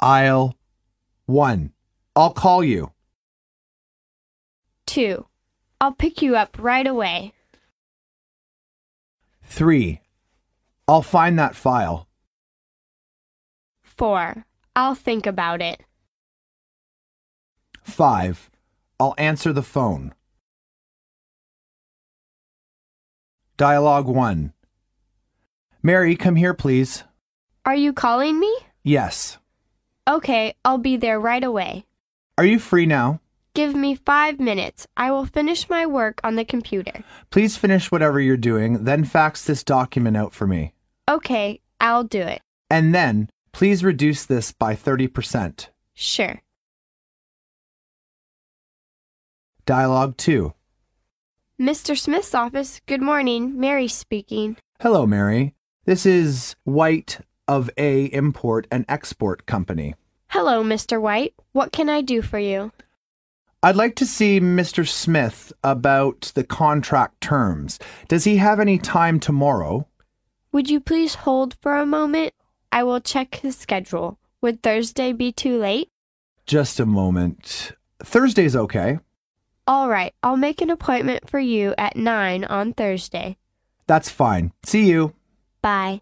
aisle one. I'll call you. 2. I'll pick you up right away. Three. I'll find that file. 4. I'll think about it. Five. I'll answer the phone. Dialogue one. Mary, come here, please. Are you calling me? Yes. Okay, I'll be there right away. Are you free now? Give me five minutes. I will finish my work on the computer. Please finish whatever you're doing, then fax this document out for me. Okay, I'll do it. And then, please reduce this by 30%. Sure. Dialogue 2. Mr. Smith's office. Good morning. Mary speaking. Hello, Mary. This is White of A Import and Export Company. Hello, Mr. White. What can I do for you? I'd like to see Mr. Smith about the contract terms. Does he have any time tomorrow? Would you please hold for a moment? I will check his schedule. Would Thursday be too late? Just a moment. Thursday's okay. All right, I'll make an appointment for you at 9 on Thursday. That's fine. See you. Bye.